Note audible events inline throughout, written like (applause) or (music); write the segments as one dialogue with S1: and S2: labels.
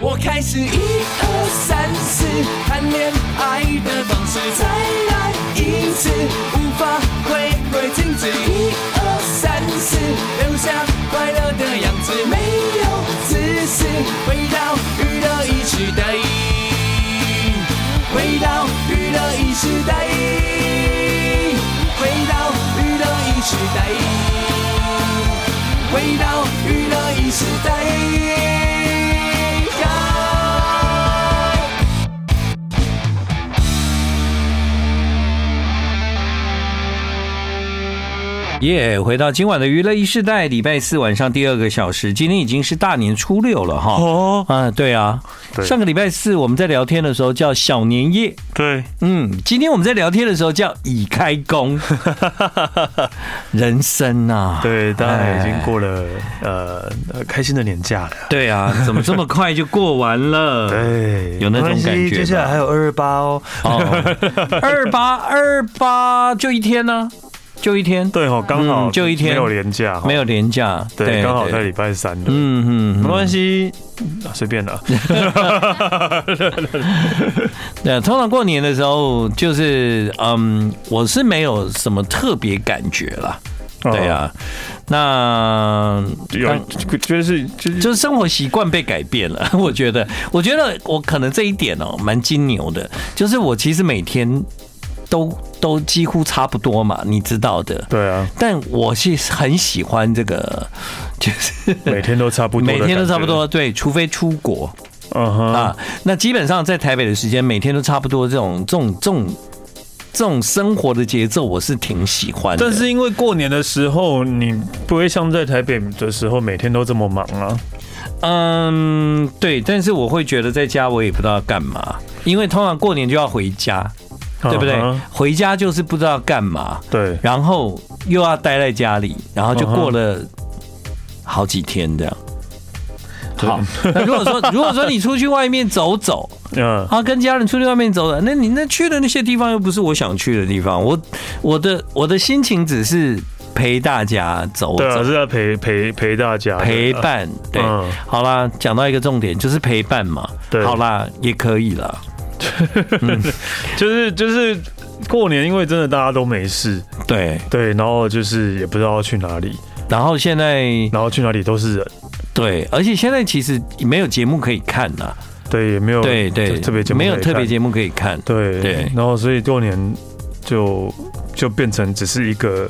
S1: 我开始一二三四谈恋爱的方式，再来一次，无法回归静止。一二三四，留下快乐的样子，没有自私，回到娱乐一时代，回到娱乐一时代，回到娱乐一时代，回到娱乐一时代。
S2: 耶、回到今晚的娱乐一世代，礼拜四晚上第二个小时，今天已经是大年初六了哈。
S3: 哦，
S2: 啊，对啊，
S3: 对
S2: 上个礼拜四我们在聊天的时候叫小年夜，
S3: 对，
S2: 嗯，今天我们在聊天的时候叫已开
S3: (laughs)
S2: 工，人生啊，
S3: 对，当然已经
S2: 哎
S3: 过了呃呃开心的年假了。
S2: 对啊，怎么这么快就过完
S3: 嗯
S2: 了？
S3: 对，
S2: 有那种
S3: 没关系
S2: 感觉吧
S3: 接下来还有二二八哦。
S2: 哦，二八二八就一天呢、就一天，
S3: 对哦，刚好
S2: 嗯就一天
S3: 没有年假哦，
S2: 没有年假，
S3: 对，刚好在
S2: 对
S3: 礼拜三的。
S2: 嗯嗯，
S3: 没关系，啊随便 (laughs) 啦。
S2: 那通常过年的时候，就是嗯，我是没有什么特别感觉啦。
S3: 哦
S2: 对啊，那
S3: 有就是就是
S2: 就是生活习惯被改变了。 (laughs) 我觉得，我觉得我可能这一点哦、蛮金牛的，就是我其实每天都都几乎差不多嘛，你知道的。
S3: 对啊，
S2: 但我是很喜欢这个，就是
S3: 每天都差不多，
S2: 每天都差不。多，对，除非出国。
S3: 嗯哼，
S2: 啊，那基本上在台北的时间，每天都差不多这种这种这种这种生活的节奏，我是挺喜欢的。
S3: 但是因为过年的时候，你不会像在台北的时候每天都这么忙啊。
S2: 嗯，对，但是我会觉得在家我也不知道要干嘛，因为通常过年就要回家，对不对
S3: 嗯哼？
S2: 回家就是不知道干嘛，
S3: 对，
S2: 然后又要待在家里，然后就过
S3: 嗯
S2: 了好几天这样。好，那如果说如果说你出去外面走走，
S3: 嗯，
S2: 啊，跟家人出去外面走的，那你那去的那些地方又不是我想去的地方，我我的我的心情只是陪大家走
S3: 对啊，
S2: 走。
S3: 是要陪陪陪大家的
S2: 陪伴，对，
S3: 嗯
S2: 好啦，讲到一个重点，就是陪伴嘛，
S3: 对
S2: 好啦，也可以啦，
S3: 就是就是过年，因为真的大家都没事，
S2: 对，
S3: 对，然后就是也不知道要去哪里，
S2: 然后现在
S3: 然后去哪里都是人，
S2: 对，而且现在其实没有节目可以看啦，
S3: 对，也没有
S2: 对对，
S3: 哦特别节目
S2: 没有
S3: 可以
S2: 特别
S3: 看
S2: 节目可以看，
S3: 对
S2: 对
S3: 然后所以过年就就变成只是一个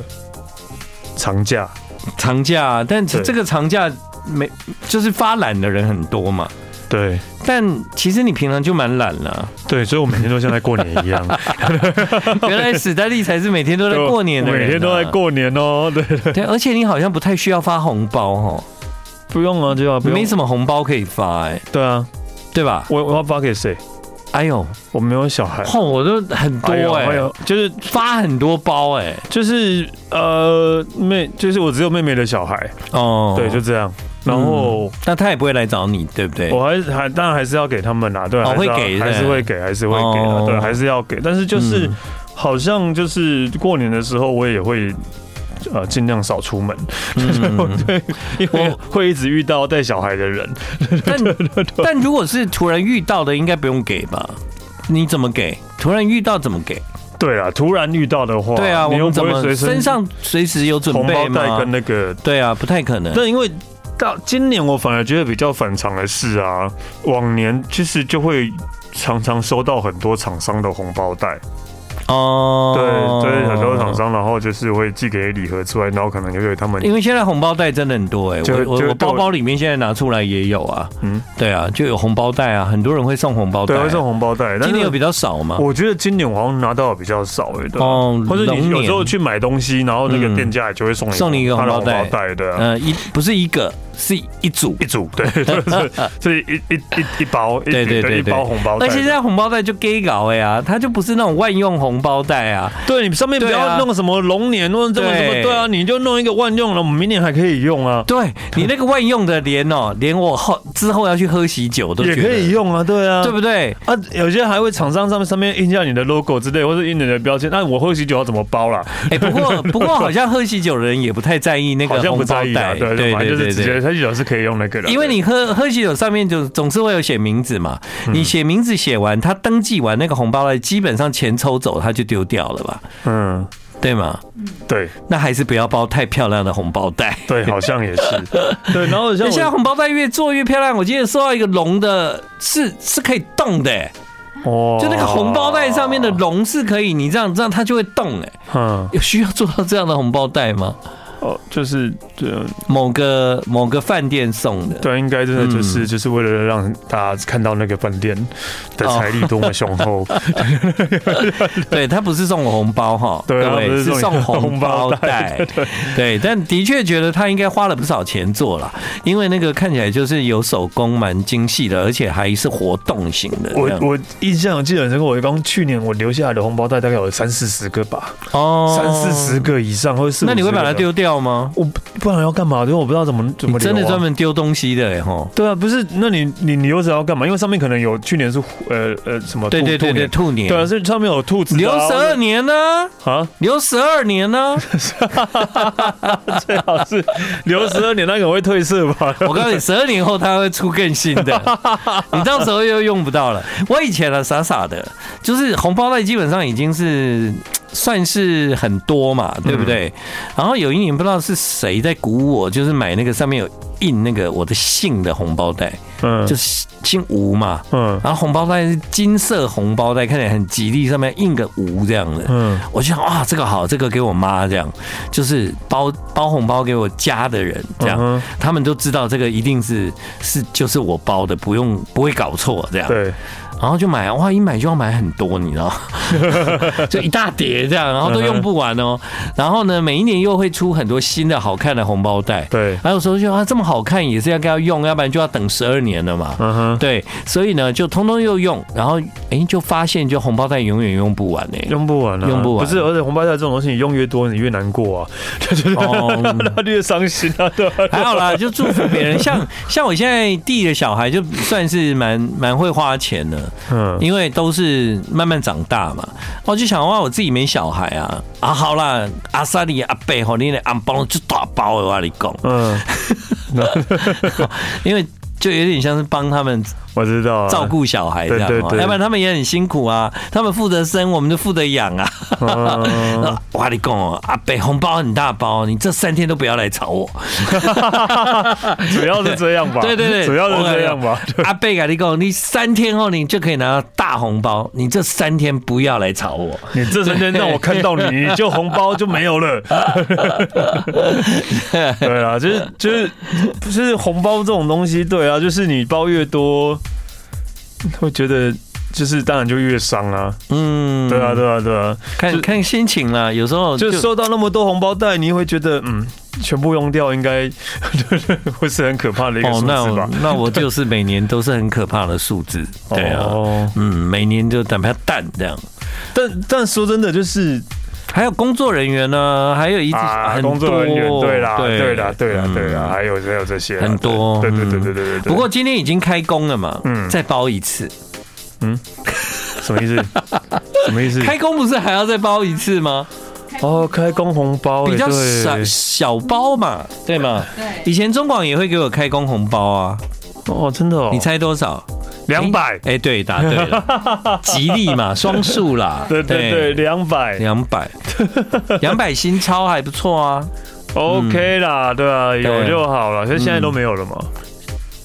S3: 长假，
S2: 长假，但是
S3: 对
S2: 这个长假没就是发懒的人很多嘛，
S3: 对
S2: 但其实你平常就蛮懒啦、
S3: 对，所以我每天都像在过年一样，
S2: (laughs) 原来史丹利才是每天 (laughs) 都在过年的
S3: 我
S2: 人、啊
S3: 每天都在。过年哦，对，
S2: 对，而且你好像不太需要发红包哦，
S3: 不用啊，就要不用，
S2: 没什么红包可以发哎、
S3: 对啊，
S2: 对吧？
S3: 我我要发给谁？
S2: 哎呦，
S3: 我没有小孩，
S2: 吼，我都很多
S3: 哎呦
S2: 哎、
S3: 哎呦，就是
S2: 发很多包哎、
S3: 就是呃妹，就是我只有妹妹的小孩，
S2: 哦，
S3: 对，就这样，然后。
S2: 那他也不会来找你，对不对？
S3: 我还是还当然还是要给他们啦，对，啊
S2: 哦
S3: 还是要
S2: 会给
S3: 还是
S2: 对
S3: 会给，还是会给啦，
S2: 哦
S3: 对，还是要给。但是就是、
S2: 嗯
S3: 好像就是过年的时候，我也会。呃，尽量少出门，
S2: 嗯
S3: (laughs) 对，因为
S2: 我
S3: 会一直遇到带小孩的人。 (laughs)
S2: 但但如果是突然遇到的，应该不用给吧？你怎么给？突然遇到怎么给？
S3: 对啊，突然遇到的话，
S2: 对啊，我
S3: 你又
S2: 们
S3: 不
S2: 怎
S3: 会
S2: 么
S3: 随
S2: 身上随时有准
S3: 红
S2: 备
S3: 包袋
S2: 吗
S3: 跟？那个？
S2: 对啊，不太可能。
S3: 但因为到今年，我反而觉得比较反常的是啊，往年其实就会常常收到很多厂商的红包袋。
S2: 哦，
S3: 对，所以很多厂。商，然后就是会寄给礼盒出来，然后可能就给他们
S2: 因为现在红包袋真的很多哎、
S3: 就
S2: 我我
S3: 就
S2: 我包包里面现在拿出来也有啊，嗯
S3: 嗯，
S2: 对啊，就有红包袋啊，很多人会送红包袋、啊
S3: 对会送。红包袋，但哦
S2: 今年有
S3: 是
S2: 比较少吗？
S3: 我觉得今年我好像拿到的比较少哎，对啊，
S2: 哦
S3: 或者你
S2: 龙
S3: 有时候
S2: 年
S3: 去买东西，然后那
S2: 嗯
S3: 个店家也就会送你
S2: 送你一个
S3: 他的
S2: 红包袋
S3: 红包袋，对啊。
S2: 呃，一不是一个，是一组。
S3: 一组
S2: (laughs)
S3: 对，就是是一一一一包，一
S2: 对对对
S3: 一
S2: 对
S3: 包红包袋，
S2: 而且现在红包袋就 gay 搞哎呀，它就不是那种万用红包袋啊，
S3: 对你上面不
S2: 对啊
S3: 要弄什么龙年，弄这么什
S2: 对
S3: 么，对啊，你就弄一个万用了，我们明年还可以用啊，
S2: 对你那个万用的连哦，连我后之后要去喝喜酒都
S3: 也
S2: 觉得
S3: 可以，用啊，对啊，
S2: 对不对？
S3: 啊，有些还会厂商上面上面印下你的 logo 之类，或者印你的标签。那我喝喜酒要怎么包啦？
S2: 哎，不过不过好像喝喜酒的人也不太在意那个
S3: 好像
S2: 红
S3: 不
S2: 包
S3: 在意啊，
S2: 袋，
S3: 对对，反正就是直接喝喜酒是可以用那个的。
S2: 因为你喝喝喜酒上面就总是会有写名字嘛，
S3: 嗯
S2: 你写名字写完，他登记完那个红包袋，基本上钱抽走他就丢掉了吧，
S3: 嗯，
S2: 对吗？
S3: 对
S2: 那还是不要包太漂亮的红包
S3: (laughs)
S2: 袋。
S3: 对，好
S2: (laughs)
S3: 像也是对。然后像
S2: 那现在
S3: 我
S2: 红包袋越做越漂亮，我今天收到一个龙的，是是可以动的、欸，
S3: 哦
S2: 就那个红包袋上面的，龙是可以，你这样这样它就会动、欸，
S3: 嗯，
S2: 有需要做到这样的红包袋吗？
S3: 哦，就是对
S2: 某个某个饭店送的，
S3: 对，应该真的
S2: 嗯
S3: 就是就是为了让大家看到那个饭店的财力多么雄
S2: (laughs)
S3: 厚，
S2: 啊对，他不是送我红包哈，
S3: 对
S2: 各位
S3: 他不
S2: 是
S3: 是送你
S2: 送红
S3: (laughs) 红包
S2: 包袋，
S3: (laughs)
S2: 对，但的确觉得他应该花了不少钱做了，因为那个看起来就是有手工蛮精细的，而且还是活动型的这
S3: 我
S2: 样，
S3: 我印象记得很深刻，我刚去年我留下来的红包袋大概有三四十个吧，
S2: 哦
S3: 三四十，个以上，或者四五
S2: 那
S3: 十
S2: 你会
S3: 个
S2: 把它
S3: 的
S2: 丢掉吗？
S3: 我不不然要干嘛？因为我不知道怎么怎
S2: 你
S3: 么、留
S2: 真
S3: 啊
S2: 的专门丢东西的哎吼。
S3: 对啊，不是？那你你你又知道要干嘛？因为上面可能有去年是虎呃呃什么兔
S2: 对对对对，
S3: 兔
S2: 兔年
S3: 年对啊，，是上面有兔子、啊、
S2: 留十二年呢，
S3: 啊，
S2: 留十二年呢。
S3: 最啊好是留十二年，那可能会褪色吧？
S2: 我告诉你，十二年后它会出更新
S3: (laughs)
S2: 的，你到时候又用不到了。我以前呢，啊傻傻的，就是红包袋基本上已经是算是很多嘛，
S3: 嗯
S2: 对不对？然后有一年不知道是谁在鼓舞我，就是买那个上面有印那个我的姓的红包袋，
S3: 嗯，
S2: (laughs) 就是是姓吴嘛。
S3: 嗯
S2: 然后红包袋是金色红包袋，看起来很吉利，上面印个吴这样的。
S3: 嗯
S2: 我就想哇，这个好，这个给我妈这样，就是包包红包给我家的人这样，
S3: 嗯哼
S2: 他们都知道这个一定是是就是我包的，不用不会搞错这样。
S3: 对，
S2: 然后就买，哇，一买就要买很多，你知道， (laughs) 就一大叠这样，然后都用不完哦。然后呢，每一年又会出很多新的好看的红包袋。
S3: 对
S2: 还有时候就啊，这么好看也是要要用，要不然就要等十二年了嘛。
S3: 嗯哼，
S2: 对，所以呢，就通通又用，然后哎、就发现就红包袋永远用不完欸呢、
S3: 用不完啊，
S2: 用不完
S3: 不是，而且红包袋这种东西，你用越多，你越难过啊，就是
S2: 哦
S3: (laughs) 他越伤心啊，对吧？
S2: (laughs) 还好啦，就祝福别人。像像我现在弟的小孩，就算是蛮蛮会花钱的，
S3: 嗯，
S2: 因为都是慢慢长大嘛。我就想哇，我自己没小孩啊啊，好啦，阿萨利阿贝吼，你的红包就大包的我跟你讲，
S3: (laughs) 嗯，
S2: 因为。就有点像是帮他们
S3: 我知道、啊，
S2: 照顾小孩这样
S3: 对
S2: 嘛
S3: 对，对
S2: 要不然他们也很辛苦啊。他们负责生，我们就负责养
S3: (laughs)
S2: 啊。
S3: 嗯，
S2: (laughs) 我跟你讲哦，阿北红包很大包，你这三天都不要来吵
S3: (laughs)
S2: 我。
S3: 主要是这样吧，
S2: (laughs) 对对对，
S3: 主要是这样吧，
S2: 我跟你讲。阿贝跟你讲，你三天后你就可以拿到大红包，你这三天不要来吵我。
S3: 你这瞬间让我看到你，就红包就没
S2: (laughs)
S3: 有了。对啊，就是就是就是红包这种东西，对啊，就是你包越多，会觉得就是当然就越伤啊。
S2: 嗯，
S3: 对啊，对啊，对啊，
S2: 看
S3: 就
S2: 看心情啦，有时候
S3: 就收到那么多红包袋，你会觉得嗯，全部用掉应该 (laughs) 会是很可怕的一个数
S2: 哦，那
S3: 字
S2: 我
S3: 吧？
S2: (laughs) 那我就是每年都是很可怕的数字，对啊，
S3: 哦
S2: 嗯，每年就等它淡这样。
S3: 但但说真的，就是
S2: 还有工作人员呢，还有一直
S3: 啊，
S2: 很多
S3: 工作人员，对啦，对啦，对啦，对啦，。
S2: 嗯
S3: 还有还有这些啊
S2: 很多
S3: 对对对
S2: 嗯
S3: 对对对。对
S2: 不过今天已经开工了嘛，
S3: 嗯
S2: 再包一次。
S3: 什么
S2: (laughs)
S3: 意思？什么意思？
S2: 开工不是还要再包一次吗？
S3: 哦，开工红包、欸、
S2: 比较小
S3: 对
S2: 小包嘛，对吗？
S1: 对
S2: 以前中广也会给我开工红包啊，
S3: 哦，真的哦，
S2: 你猜多少？
S3: 两百，
S2: 哎，对，答对了，
S3: (laughs)
S2: 吉利嘛，双数啦。
S3: 对对对，，两百
S2: 两
S3: (laughs)
S2: 百，两百新钞还不错啊。
S3: ，OK 啦，对啊，有
S2: 对嗯
S3: 就好了，所以现在都没有了嘛，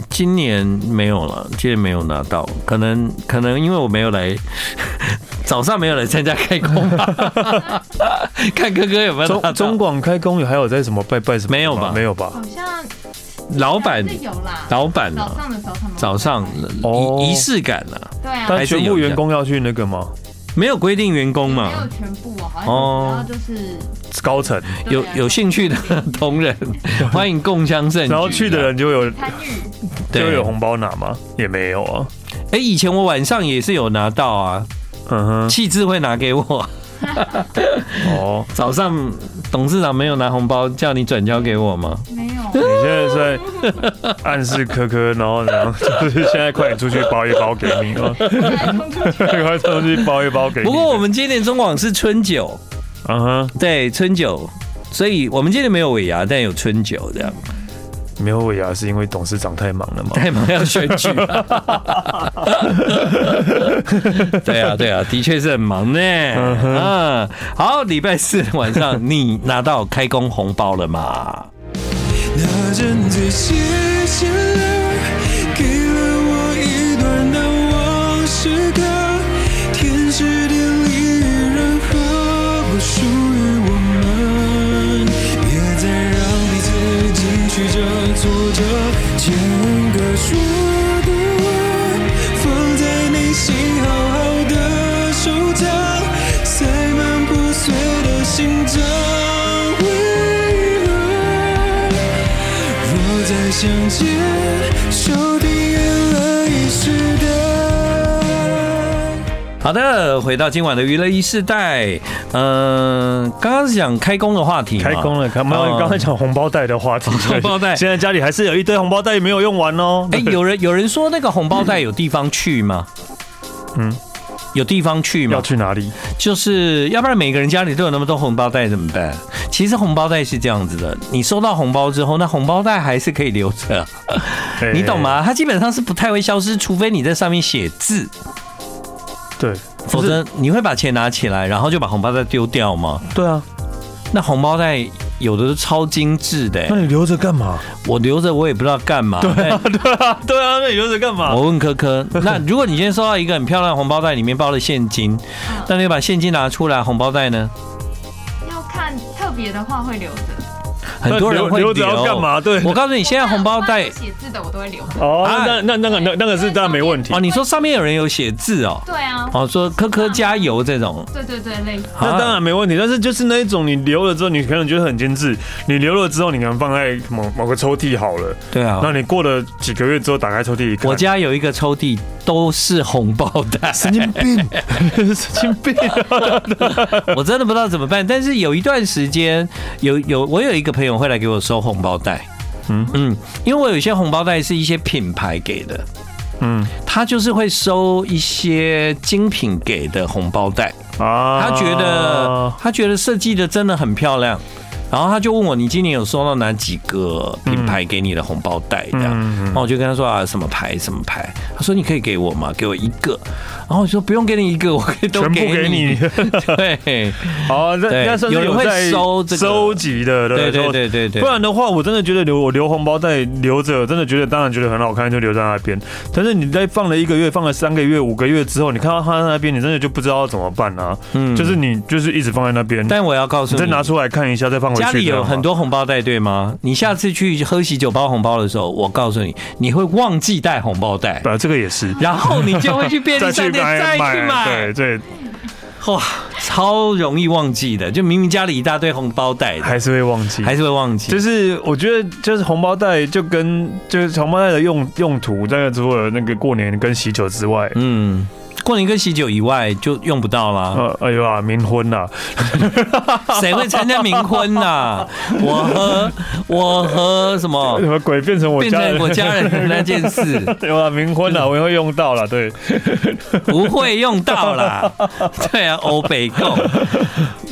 S2: 今年没有了，今年没有拿到，可能可能因为我没有来 (laughs) 早上没有人参加开工吧？
S3: (laughs)
S2: 看哥哥有没有拿到
S3: 中中广开工有还有在什么拜拜什么？
S2: 没有吧
S3: 没有吧？
S4: 好像
S2: 老板
S4: 是有啦，
S2: 老板啊
S4: 早上的时候他们
S2: 早上
S3: 哦
S2: 仪仪式感啊，
S4: 对啊，
S3: 但全部员工要去那个吗？
S2: 没有规定员工
S4: 没有
S2: 嘛，
S4: 全部啊，
S2: 哦
S4: 好像主要就是
S3: 高层，
S2: 有啊有兴趣的 (laughs) 同
S3: (laughs)
S2: 仁欢迎共襄盛举啊。
S3: 然后去的人就有
S4: 参与，
S3: 就
S2: 对
S3: 有红包拿吗？也没有啊。
S2: 哎、以前我晚上也是有拿到啊，
S3: 嗯哼，
S2: 气质会拿给我。
S3: 哦，
S2: 早上董事长没有拿红包，叫你转交给我吗？
S4: 没有
S3: 你现在是在暗示科科，然后然后 (laughs) 就是现在快点出去包一包给你哦， (laughs) 快出去包一包给你。
S2: 不过我们今年中广是春酒，
S3: 嗯哼，
S2: 对春酒，所以我们今年没有尾牙，但有春酒这样。
S3: 没有尾牙是因为董事长太忙了嘛？
S2: 太忙要选举了。 (laughs) 对啊，对啊，的确是很忙呢。嗯，好，礼拜四晚上你拿到开工红包了吗？
S1: 那阵子谢谢了，给了我一段难忘时刻，天时地利人和，不属于我们。别再让彼此禁区着、挫折，前个说的我，放在内心好好的收藏，塞满破碎的心脏。为何若再相见，注定缘了一世的。
S2: 好的，回到今晚的娱乐一世代，嗯、刚刚是讲开工的话题嘛，
S3: 开工了，没有？
S2: 嗯
S3: 刚才讲红包袋的话题，
S2: (laughs) 红包袋
S3: 现在家里还是有一堆红包袋没有用完哦。
S2: 哎、
S3: (laughs)
S2: 有人有人说那个红包袋有地方去吗？嗯
S3: 嗯，
S2: 有地方去吗
S3: 要？去哪里？
S2: 就是要不然每个人家里都有那么多红包袋怎么办？其实红包袋是这样子的，你收到红包之后，那红包袋还是可以留着，
S3: 哎
S2: 你懂？吗？它基本上是不太会消失，除非你在上面写字，
S3: 对，
S2: 否则你会把钱拿起来，然后就把红包袋丢掉嘛。
S3: 对啊，
S2: 那红包袋有的都超精致的、
S3: 那你留着干嘛？
S2: 我留着我也不知道干嘛。对
S3: (laughs) 对啊，对啊，那你留着干嘛？
S2: 我问科
S3: (laughs)
S2: 科，那如果你今天收到一个很漂亮的红包袋，里面包了现金，
S3: 啊
S2: 那你把现金拿出来，红包袋呢？
S4: 要看特别的话会留着，
S2: 很多人会
S3: 留着要干？嘛？对，
S2: 我告诉你，现在红包袋
S3: (laughs)
S4: 有写字的我都会留着，
S3: 哦，
S2: 啊
S3: 那那那个那那个是当然没问题
S2: 哦，。你说上面有人有写字哦，
S4: 对啊，
S2: 哦，说科科加油这种，
S4: 对对对，类似，
S3: 那
S2: 啊
S3: 当然没问题，但是就是那一种你留了之后，你可能觉得很精致，你留了之后，你可能放在某某个抽屉好了，
S2: 对啊。
S3: 那你过了几个月之后打开抽屉一看，
S2: 我家有一个抽屉都是红包袋，
S3: 神
S2: (laughs)
S3: 经病，神经病，
S2: 我真的不知道怎么办。但是有一段时间，有有我有一个朋友会来给我收红包袋，嗯
S3: 嗯
S2: 嗯，因为我有一些红包袋是一些品牌给的，
S3: 嗯
S2: 他就是会收一些精品给的红包袋，
S3: 啊
S2: 他觉得他觉得设计的真的很漂亮，然后他就问我你今年有收到哪几个品牌给你的红包袋这样，
S3: 嗯嗯嗯
S2: 然后我就跟他说啊什么牌什么牌，他说你可以给我吗？给我一个，然后我说不用给你一个，我可以都
S3: 全部给你，
S2: (laughs) 对
S3: 哦，那
S2: 对
S3: 那算
S2: 有
S3: 是
S2: 人会
S3: 在
S2: 收这个
S3: 收集的，
S2: 对
S3: 收
S2: 对对对对，
S3: 不然的话，我真的觉得留我留红包袋留着，真的觉得当然觉得很好看，就留在那边。但是你在放了一个月、放了三个月、五个月之后，你看到它在那边，你真的就不知道要怎么办啊！
S2: 嗯
S3: 就是你就是一直放在那边，
S2: 但我要告诉
S3: 你
S2: 你
S3: 再，拿出来看一下，再放回去。
S2: 家里有很多红包袋对吗？你下次去喝喜酒包红包的时候，我告诉你，你会忘记带红包袋
S3: 这。样啊，这个也是。
S2: 然后你就会去便利
S3: (laughs) 再去
S2: 商店再去买
S3: 对，对，
S2: 哇，超容易忘记的，就明明家里一大堆红包袋的，
S3: 还是会忘记。
S2: 还是会忘记
S3: 就。是我觉得，就是红包袋就跟就是红包袋的用用途，大概除了那个过年跟喜酒之外，
S2: 嗯，过年跟喜酒以外就用不到
S3: (laughs)
S2: 啦。
S3: 呃，哎呦啊，冥婚呐，
S2: 谁会参加冥婚呐、
S3: (laughs)
S2: 我和我和什么
S3: 什 (laughs) 么鬼变成我
S2: 哦变
S3: 家
S2: 成
S3: 人
S2: 我家人的那件事，
S3: (laughs)
S2: 嗯
S3: 对吧？冥婚啊啦，我也会用到啦，对。
S2: 不会用到啦。对啊，欧北共。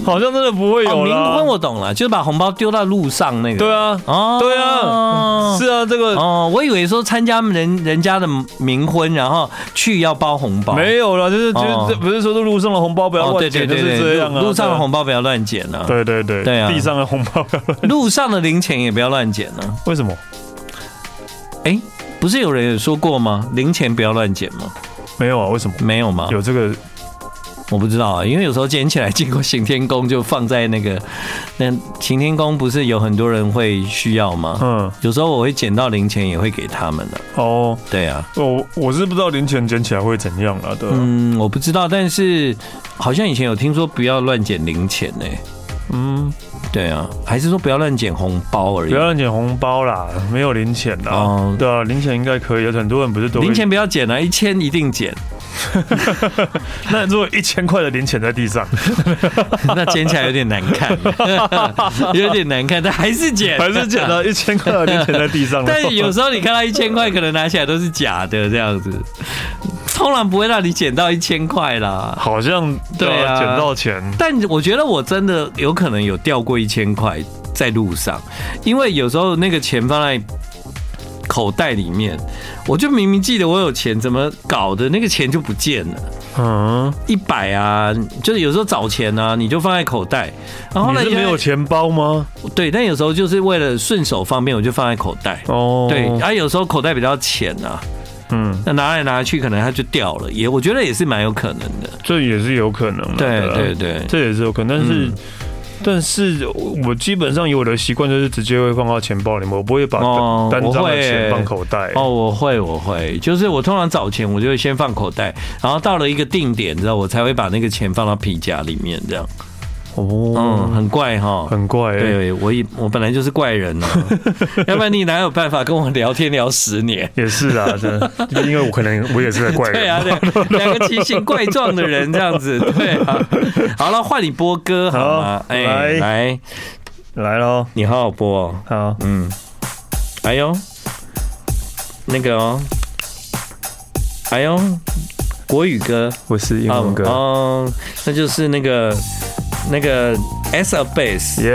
S3: 好像真的不会
S2: 哦，
S3: 有
S2: 冥婚
S3: 啦。
S2: 我懂了，就是把红包丢到路上那个。
S3: 对啊，
S2: 哦，
S3: 对啊，是啊，这个
S2: 哦，我以为说参加人人家的冥婚，然后去要包红包，
S3: 没有了，就是就
S2: 哦
S3: 是这不是说这路上的红包不要
S2: 哦，对对
S3: 乱捡，就
S2: 对
S3: 是这
S2: 对，
S3: 样啊。
S2: 路路上的
S3: 对
S2: 红包不要乱捡啊，
S3: 对对对，
S2: 对啊
S3: 地上的红包不要乱， (laughs)
S2: 路上的零钱也不要乱捡啊。
S3: 为什么？
S2: 哎，不是有人有说过吗？零钱不要乱捡吗？嗯
S3: 没有啊，为什么？
S2: 没有吗？
S3: 有这个
S2: 我不知道啊，因为有时候捡起来经过行天宫就放在那个，那行天宫不是有很多人会需要吗？
S3: 嗯，
S2: 有时候我会捡到零钱也会给他们的、
S3: 哦，
S2: 对啊，
S3: 我我是不知道零钱捡起来会怎样了，对啊，
S2: 嗯，我不知道，但是好像以前有听说不要乱捡零钱呢、
S3: 嗯，
S2: 对啊，还是说不要乱捡红包而已
S3: 不要。乱捡红包啦，没有零钱啦，
S2: 哦
S3: 对啊，零钱应该可以，很多人不是都会
S2: 零钱不要捡啊，一千一定
S3: (laughs)
S2: 捡，
S3: 那如果一千块的零钱在
S2: (laughs)
S3: 地上，
S2: 那捡起来有点难看， (laughs) 有点难看，但还是捡，
S3: 还是捡。到一千块的零钱在地上了？
S2: 但有时候你看到一千块，可能拿起来都是假的，这样子，通常不会让你捡到一千块啦。
S3: (laughs) 好像
S2: 对啊
S3: 捡到钱，
S2: 但我觉得我真的有可能有掉过一千块在路上，因为有时候那个钱放在口袋里面，我就明明记得我有钱，怎么搞的那个钱就不见了。
S3: 嗯，
S2: 一百啊，就是有时候找钱啊，你就放在口袋，然后
S3: 你
S2: 呢
S3: 是
S2: 因
S3: 没
S2: 为
S3: 有钱包吗？
S2: 对，但有时候就是为了顺手方便，我就放在口袋。
S3: 哦，
S2: 对，啊，有时候口袋比较浅啊，
S3: 嗯，
S2: 那拿来拿去可能它就掉了，也我觉得也是蛮有可能的。
S3: 这也是有可能啦，
S2: 对
S3: 啊
S2: 对对，
S3: 这也是有可能，但是。
S2: 嗯
S3: 但是我基本上有的习惯就是直接会放到钱包里面，我不会把
S2: 哦
S3: 单单张
S2: 我
S3: 的
S2: 会
S3: 钱放口袋。
S2: 哦，我会我会，就是我通常找钱我就会先放口袋，然后到了一个定点之后，我才会把那个钱放到皮夹里面这样。嗯，
S3: 哦，
S2: 很怪哈。
S3: 很怪欸，
S2: 对，我也我本来就是怪人呢、
S3: (laughs)
S2: 要不然你哪有办法跟我聊天聊十年？
S3: 也是啦，真的，因为我可能我也是个怪
S2: (laughs) 对
S3: 人。
S2: 啊，两
S3: (laughs)
S2: 两个奇形怪状的人这样子，对啊。好了，换你播歌好吗
S3: 好？
S2: 哎、
S3: 来
S2: 来，
S3: 来喽，
S2: 你好好播、哦，
S3: 好，
S2: 嗯，哎呦，那个哦，哎呦，国语歌，
S3: 我是英文哥，
S2: 哦，那就是那个那个 S 哎 a bass，
S3: 耶！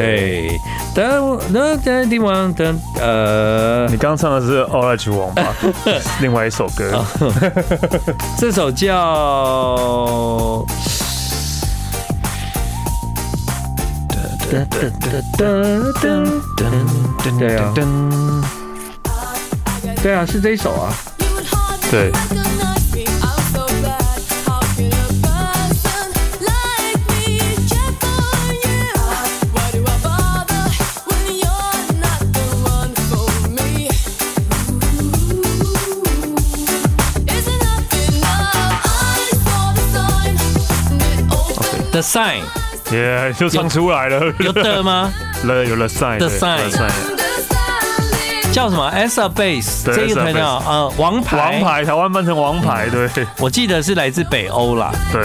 S2: 对，噔噔噔地方噔呃
S3: 你，刚唱的是《Orange 王》吧？
S2: (laughs)
S3: 另外一首
S2: 哦
S3: 歌，
S2: 这首叫。对啊，对啊，是这一首啊。
S3: 对，
S2: The Sign
S3: 耶，就唱出来了，
S2: 有
S3: (laughs)
S2: 的吗？
S3: 了有了 sign，
S2: The
S3: 对
S2: sign
S3: 了 sign
S2: 叫什么 S a Base
S3: 对
S2: 这个
S3: As a
S2: 团叫
S3: Bass
S2: 呃王牌，嗯
S3: 王，牌，台湾翻成王牌，对
S2: 我记得是来自北欧啦。
S3: 对，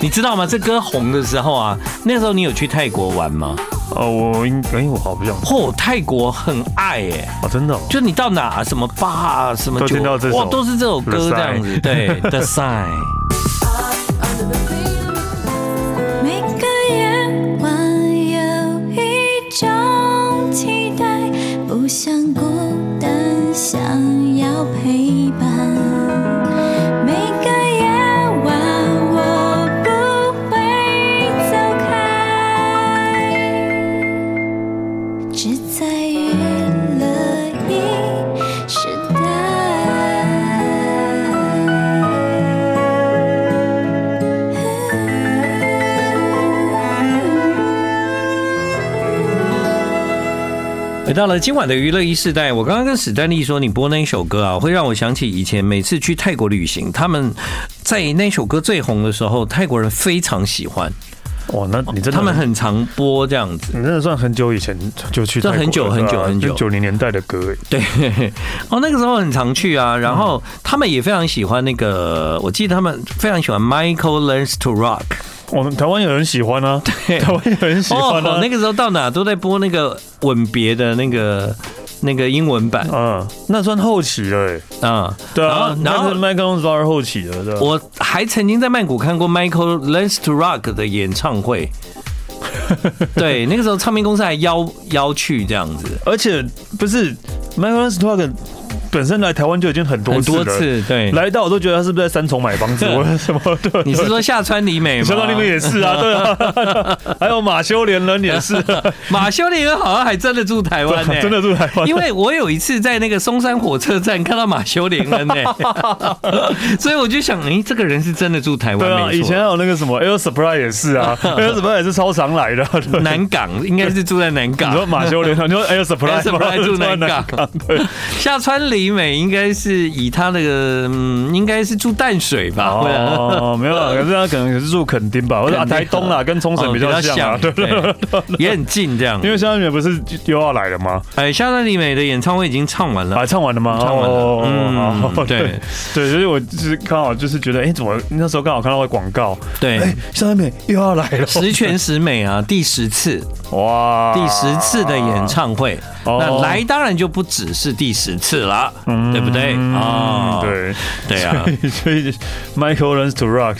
S2: 你知道吗？这歌红的时候啊，那时候你有去泰国玩吗？
S3: 哦，我应哎，我好不想，
S2: 嚯、泰国很爱耶、
S3: 哦，真的哦，
S2: 就你到哪什么吧啊什么
S3: 都
S2: 酒
S3: 听到这首
S2: 哇，都是这首
S3: The
S2: 歌
S3: Sign
S2: 这样子。对
S3: (laughs)
S2: ，The Sign。
S5: 每个夜晚有一种期待，不想孤单，想要陪伴。每个夜晚我不会走开，只在娱乐一时代。
S2: 回哎到了今晚的娱乐一世代，我刚刚跟史丹利说，你播那一首歌啊，会让我想起以前每次去泰国旅行，他们在那首歌最红的时候，泰国人非常喜欢，
S3: 哇，那你真的
S2: 他们很常播这样子。
S3: 你真的算很久以前就去
S2: 这
S3: 泰国了，啊
S2: 很久很久很久
S3: 九零年代的歌哎耶，
S2: 对， (laughs) 哦，那个时候很常去啊，然后
S3: 嗯
S2: 他们也非常喜欢那个，我记得他们非常喜欢 Michael Learns to Rock。
S3: 我们哦台湾有人喜欢啊，台湾有人喜欢
S2: 哦
S3: 啊，
S2: 那个时候到哪都在播那个吻别的那个那个英文版
S3: 嗯，那算后期了耶，
S2: 啊、嗯，
S3: 对啊，
S2: 然后然后
S3: 那是麦克风 r 后期的，对吧？
S2: 我还曾经在曼谷看过 Michael Learns to Rock 的演唱
S3: (laughs)
S2: 会。对，那个时候唱片公司还邀邀去这样子，
S3: 而且不是 Michael s t a r k 本身来台湾就已经很多
S2: 很
S3: 次了
S2: 多次，对。
S3: 来到我都觉得他是不是在三重买房子或者什么
S2: (laughs)
S3: 的。
S2: 你是说下川里美吗？
S3: 香港那边也是啊，对啊， (laughs) 还有马修连人
S2: (laughs)
S3: 也是，啊
S2: 马修里恩好像还真的住台湾呢、
S3: (laughs) 真的住台湾，
S2: 因为我有一次在那个松山火车站看到马修·连恩
S3: (laughs)
S2: 呢、所以我就想，哎、这个人是真的住台湾，
S3: 对啊，
S2: 没
S3: 以
S2: 错
S3: 前还有那个什么 Air Supply 也是
S2: (laughs)
S3: 啊，Air Supply 也是超常来的啊。对
S2: 南港应该是住在南
S3: 你
S2: 港
S3: 说。马修连人，你说 Air Supply，
S2: Air Supply 住南港 (laughs)
S3: 对，
S2: 下川里美应该是以他那个，嗯，应该是住淡水吧？会啊
S3: 哦，没有啊，可是他可能也是住垦丁吧，或者啊
S2: 垦丁哦
S3: 台东啦，跟冲绳比较像 (laughs) 啊，对对。对
S2: 对，也很近这样
S3: 嗯因。为香港人不是又要来了吗？
S2: 哎，下川里美的演唱会已经唱完了
S3: 啊，。唱完了吗？
S2: 唱完了
S3: 哦
S2: 嗯
S3: 好
S2: 对
S3: 对，所以我就是刚好就是觉得，哎，怎么那时候刚好看到个广告，
S2: 对
S3: 哎，，哦香港人又要来了，
S2: 十全十美啊，第十次，
S3: 哇，
S2: 第十次的演唱会，
S3: 啊哦
S2: 那来当然就不只是第十次了，对不对？
S3: 嗯
S2: 哦，
S3: 对
S2: 对啊，
S3: (laughs) 所以 Michael Learns to Rock，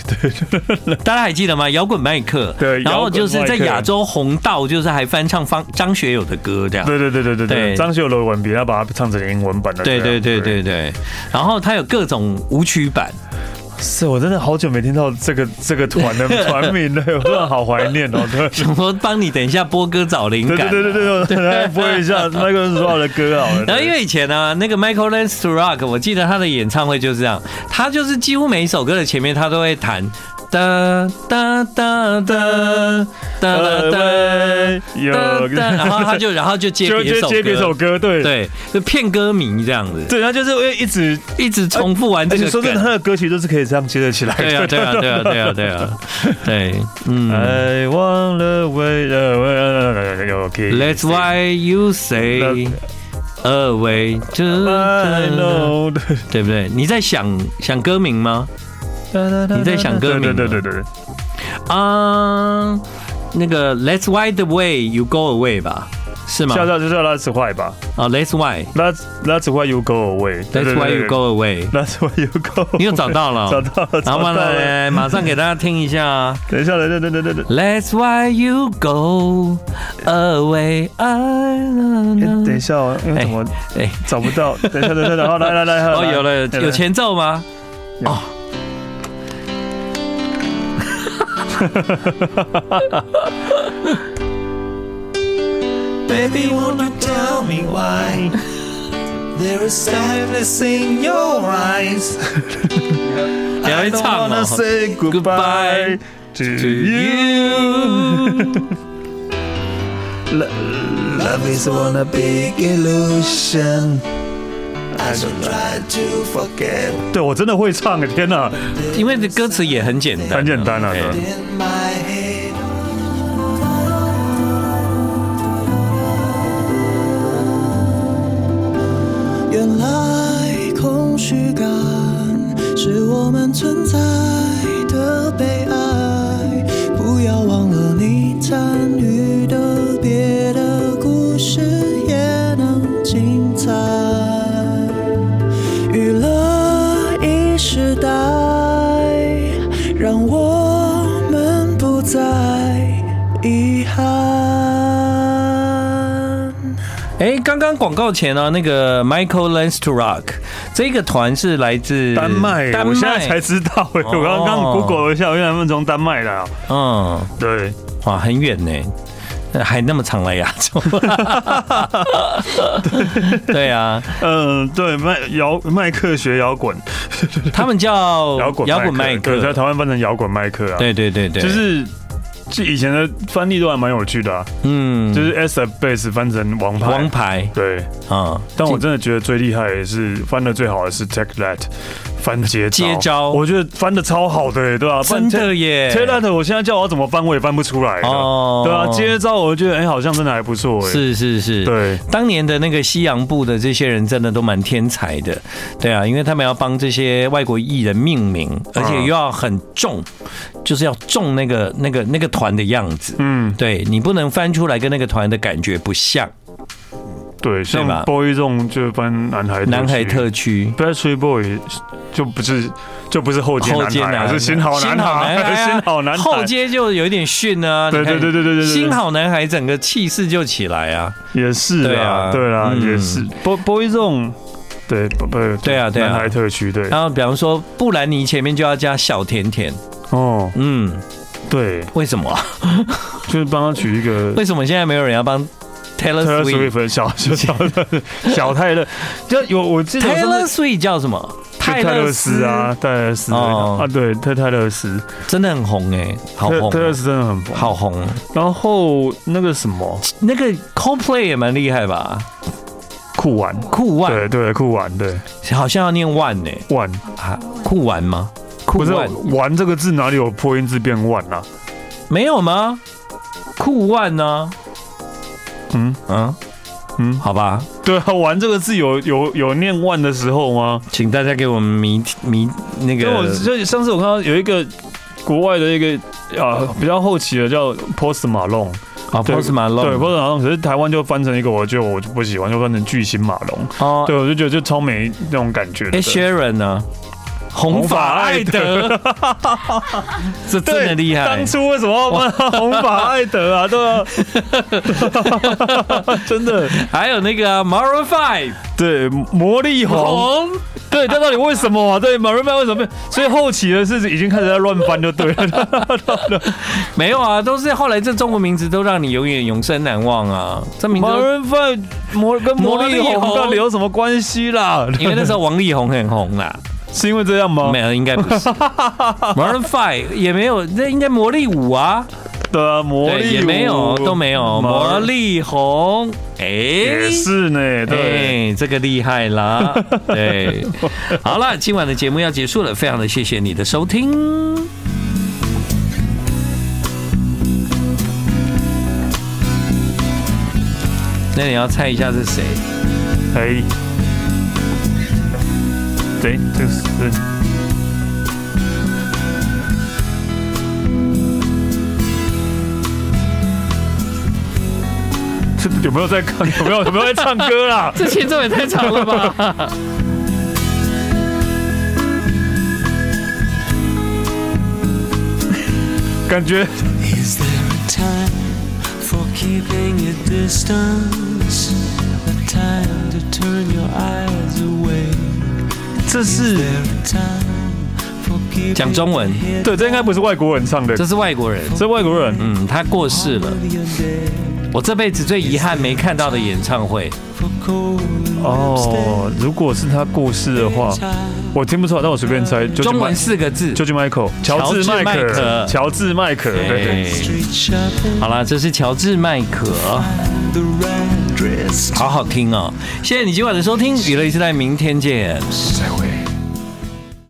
S3: 对
S2: 大家还记得吗？摇滚麦克，
S3: 对
S2: 然后就是
S3: 摇
S2: 在
S3: 滚麦克
S2: 亚洲红道，就是还翻唱方张学友的歌这样。
S3: 对对对对对
S2: 对
S3: 对，张学友的文笔，他把它唱成英文版的这
S2: 对
S3: 样，
S2: 对对对对，然后他有各种舞曲版，
S3: 是我真的好久没听到这个这个
S2: (laughs)
S3: 团的团名了，我真的好怀念哦。对，
S2: 我帮你等一下播歌找灵
S3: 对
S2: 感啊。
S3: 对对对对，我来播一下那个所有的歌好了。
S2: 然后因为以前呢、那个 Michael l e n s to Rock，我记得他的演唱会就是这样，他就是几乎每一首歌的前面他都会弹哒哒哒哒哒哒哒。
S3: 有
S2: 哒哒，然后他就然后就接
S3: 就
S2: 别
S3: 接
S2: 首
S3: 接别首
S2: 歌，
S3: 歌，对
S2: 对，就骗歌迷这样子，
S3: 对，他就是会一直，
S2: 一直重复完
S3: 而
S2: 这
S3: 且
S2: 个
S3: 说真的，
S2: 梗。
S3: 他的歌曲都是可以这样接得起来的。
S2: 对啊，对啊，对啊，对啊，对啊，对，嗯
S3: I want the way，呃，OK。
S2: ，That's why you say away
S3: I
S2: to，
S3: know。
S2: 对不对？你在想想歌名吗？你在想歌名
S3: 对
S2: 吗
S3: 对对对对，
S2: 啊，那个 Let's why the way you go away 吧，是吗
S3: 下？到就叫 That's why 吧
S2: 啊，Let's why，That's
S3: ，That's That's why you go away，That's
S2: why you go away。
S3: That's why you go。
S2: 你又找到了哦，
S3: (laughs) 找到了，
S2: 然
S3: 找
S2: 后
S3: 到了。
S2: 呢，马上给大家听一下啊。
S3: 等一下，等一下，等等等等。
S2: That's why you go away. Ah, I
S3: 哎等
S2: know.
S3: 一下哦，因为怎么
S2: 嗯哎，
S3: 找不到？等一下，等一下，然后来来来，
S2: 哦，有了，
S3: 来
S2: 有。前奏吗？
S3: 有
S2: 哦。
S1: Baby, won't you tell me why? There is sadness in your eyes.
S2: 你还会
S3: I don't
S2: 唱
S3: wanna
S2: 哦
S3: say goodbye to
S2: ？To
S3: you.
S2: you.
S1: Love is one a big illusion. I should try to forget
S3: 对我真的会唱，天哪，
S2: 因为这歌词也很简单
S3: 很，简单啊。对
S2: 哎
S1: in my head.
S2: 哎，刚刚广告前啊呢，那个 Michael Learns to Rock 这个团是来自
S3: 丹麦，
S2: 丹
S3: 我现
S2: 麦
S3: 在才知道哎，我刚刚
S2: 哦
S3: Google 了一下，原来他们从丹麦来啊。
S2: 嗯，
S3: 对，
S2: 哇，很远呢，还那么常来亚
S3: (laughs)
S2: 洲。对啊，
S3: 嗯，对，麦摇麦克学摇滚，
S2: 他们叫
S3: 摇滚
S2: 哦摇滚麦
S3: 对在
S2: 克，
S3: 台湾翻成摇滚麦克啊。
S2: 对对对对，
S3: 就是就以前的翻译都还蛮有趣的、啊，
S2: 嗯，
S3: 就是 S F Base 翻成王牌。
S2: 王牌
S3: 对，
S2: 啊，
S3: 但我真的觉得最厉害的是翻的最好的是 Tech That，翻接招
S2: 接招
S3: 我觉得翻的超好的、欸，对吧、啊？
S2: 真的耶
S3: Tech That 我现在叫我要怎么翻我也翻不出来的，
S2: 哦
S3: 对啊，接招我就觉得哎、好像真的还不错、欸，，
S2: 是是是，。
S3: 对，
S2: 当年的那个西洋部的这些人真的都蛮天才的，对啊，因为他们要帮这些外国艺人命名，而且又要很重，就是要重那个那个那个团的样子，
S3: 嗯，
S2: 对你不能翻出来跟那个团的感觉不像。
S3: 对，像
S2: 对吧
S3: Boy 这种就翻男孩特区
S2: 南海特区。
S3: Backstreet Boy 就不是就不是后街
S2: 后
S3: 男
S2: 街
S3: 孩啊，
S2: 男
S3: 是新好男孩
S2: 啊，
S3: (laughs) 新好男孩，
S2: 后街就有点逊啊。
S3: 对
S2: 你看
S3: 对对对对对对
S2: 新好男孩整个气势就起来啊。
S3: 也是
S2: 对
S3: 啦，
S2: 啊
S3: 对啦，
S2: 嗯
S3: 也是。Boy Boy 这种对，不不
S2: 对啊对啊
S3: 南海特区对，
S2: 然后比方说，不然你前面就要加小甜甜，
S3: 哦，
S2: 嗯，
S3: 对，
S2: 为什么啊？
S3: 就是帮他取一个
S2: 为什么现在没有人要帮 Taylor
S3: Taylor
S2: Swift？Taylor
S3: Swift 的小小小小泰勒，就有我记得我上次
S2: Swift 叫什么？
S3: 就泰勒斯啊，，泰勒斯
S2: 哦
S3: 啊，对，泰泰勒斯，
S2: 真的很红哎，好
S3: 泰
S2: 红
S3: 泰勒
S2: 哦，
S3: 斯真的很红。
S2: 好红。
S3: 然后那个什么
S2: 那个 Coldplay 也蛮厉害吧？
S3: 酷玩，
S2: 酷
S3: 对
S2: 玩
S3: 对酷玩，对
S2: 好像要念万呢，
S3: 玩，
S2: 啊，酷玩吗？酷
S3: 不是
S2: 玩
S3: 玩这个字哪里有破音字变万啊？
S2: 没有吗？酷玩呢？
S3: 嗯
S2: 嗯
S3: 嗯
S2: 嗯，好吧，
S3: 对啊，玩这个字有有有念万的时候吗？
S2: 请大家给我们迷迷那
S3: 因为我
S2: 个
S3: 就上次我看到有一个国外的一个啊比较后期的叫 Post Malone，
S2: 啊
S3: 对
S2: ，Post
S3: 对
S2: Malone，
S3: Post Malone，可是台湾就翻成一个我就我就不喜欢，就翻成巨星马龙。
S2: 哦
S3: 对，我就觉得就超没那种感觉的。
S2: ，Ed Sheeran 呢？红发艾德，这真的厉害
S3: 当。初为什么要帮他红发艾
S2: (laughs)
S3: 德啊？ (laughs) 对啊，真的，
S2: 还有那个啊 Maroon Five，
S3: 对魔力红，
S2: 红，
S3: 对，但到底为什么啊？对，马瑞曼为什么？所以后期的是已经开始在乱翻就对了。
S2: (laughs) 没有啊，都是后来这中国名字都让你永远永生难忘啊。这名字
S3: 马
S2: 都，
S3: 瑞曼魔跟魔力红到底有什么关系啦？
S2: 因为那时候王力宏很红啦，
S3: 是因为这样吗
S2: 没？有，应该不
S3: (laughs)
S2: 是。Maroon Five 也没有，那应该魔力五啊，
S3: 对啊，魔
S2: 对，
S3: 力
S2: 也没有，都没有。魔力红，哎，
S3: 也是呢，对。
S2: 哎，这个厉害啦！对，好了，今晚的节目要结束了，非常的谢谢你的收听。那你要猜一下是谁？
S3: 哎，对，这个是这有没有在看？ (laughs) 有没有有没有在唱歌啊啦？
S2: (laughs) 这前奏也太长了吧！
S3: 感觉
S1: Is there a time for keeping your distance? A time to turn your eyes away?
S3: 这是
S1: There a time for keeping
S2: 讲中文，
S3: 对，这应该不是外国人唱的，
S2: 这是外国人。
S3: 这外国人
S2: 嗯，他过世了。
S1: your day
S2: 我这辈子最遗憾没看到的演唱会，
S1: for cold
S3: 哦。如果是他过世的话，我听不出来，但我随便猜。就
S2: 中文四个字。
S3: 就 Michael，乔
S2: 乔治
S3: 治麦
S2: 麦
S3: 克
S2: 克，
S3: 乔治麦克，对对。
S2: 哎，
S1: street shopping,
S2: (laughs) 好啦，这是乔治麦可。
S1: the right dress.
S2: 好好听哦！谢谢你今晚的收听，娱乐一时代，明天见。
S1: 再会。